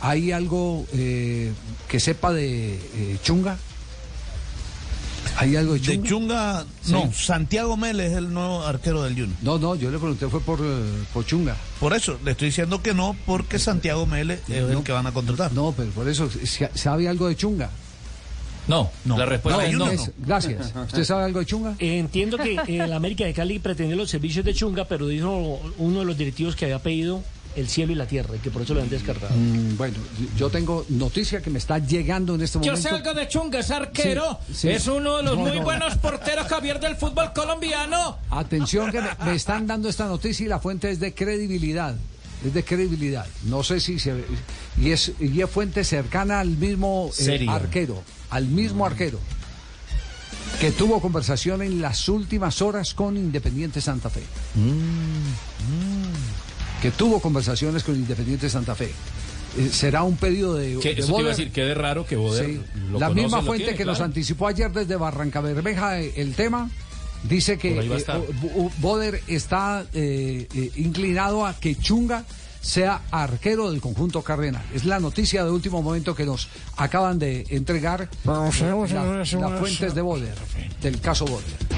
¿Hay algo eh, que sepa de eh, Chunga? ¿Hay algo de De Chunga? Chunga, no, Santiago Mel es el nuevo arquero del Junior. no, no, yo le pregunté, fue por, eh, por Chunga. Por eso le estoy diciendo que no, porque Santiago Mel es el que van a contratar. No, pero por eso, si- ¿sabe algo de Chunga? No, No. la respuesta No, es yo no. no. Es- Gracias. ¿Usted sabe algo de Chunga? Eh, Entiendo que el América de Cali pretendía los servicios de Chunga, pero dijo uno de los directivos que había pedido el cielo y la tierra y que por eso lo han descartado. Mm, Bueno, yo tengo noticia que me está llegando en este Yo momento. sé algo de Chunga, es arquero. Sí, sí. Es uno de los No, muy no. buenos porteros Javier del fútbol colombiano. Atención que me, me están dando esta noticia y la fuente es de credibilidad. Es de credibilidad. No sé si se y es y es fuente cercana al mismo eh, Seria. arquero, al mismo arquero que tuvo conversación en las últimas horas con Independiente Santa Fe. Mm, Que tuvo conversaciones con Independiente Santa Fe. Eh, será un pedido de, Que de eso te iba a Boder. decir, que de raro que Boder Sí, lo la conoce, misma lo fuente tiene, que nos claro. anticipó ayer desde Barranca Bermeja eh, el tema dice que Por ahí va a eh, estar. o- o- Boder está eh, eh, inclinado a que Chunga sea arquero del conjunto Cardenal. Es la noticia de último momento que nos acaban de entregar eh, la- las fuentes de Boder, del caso Boder.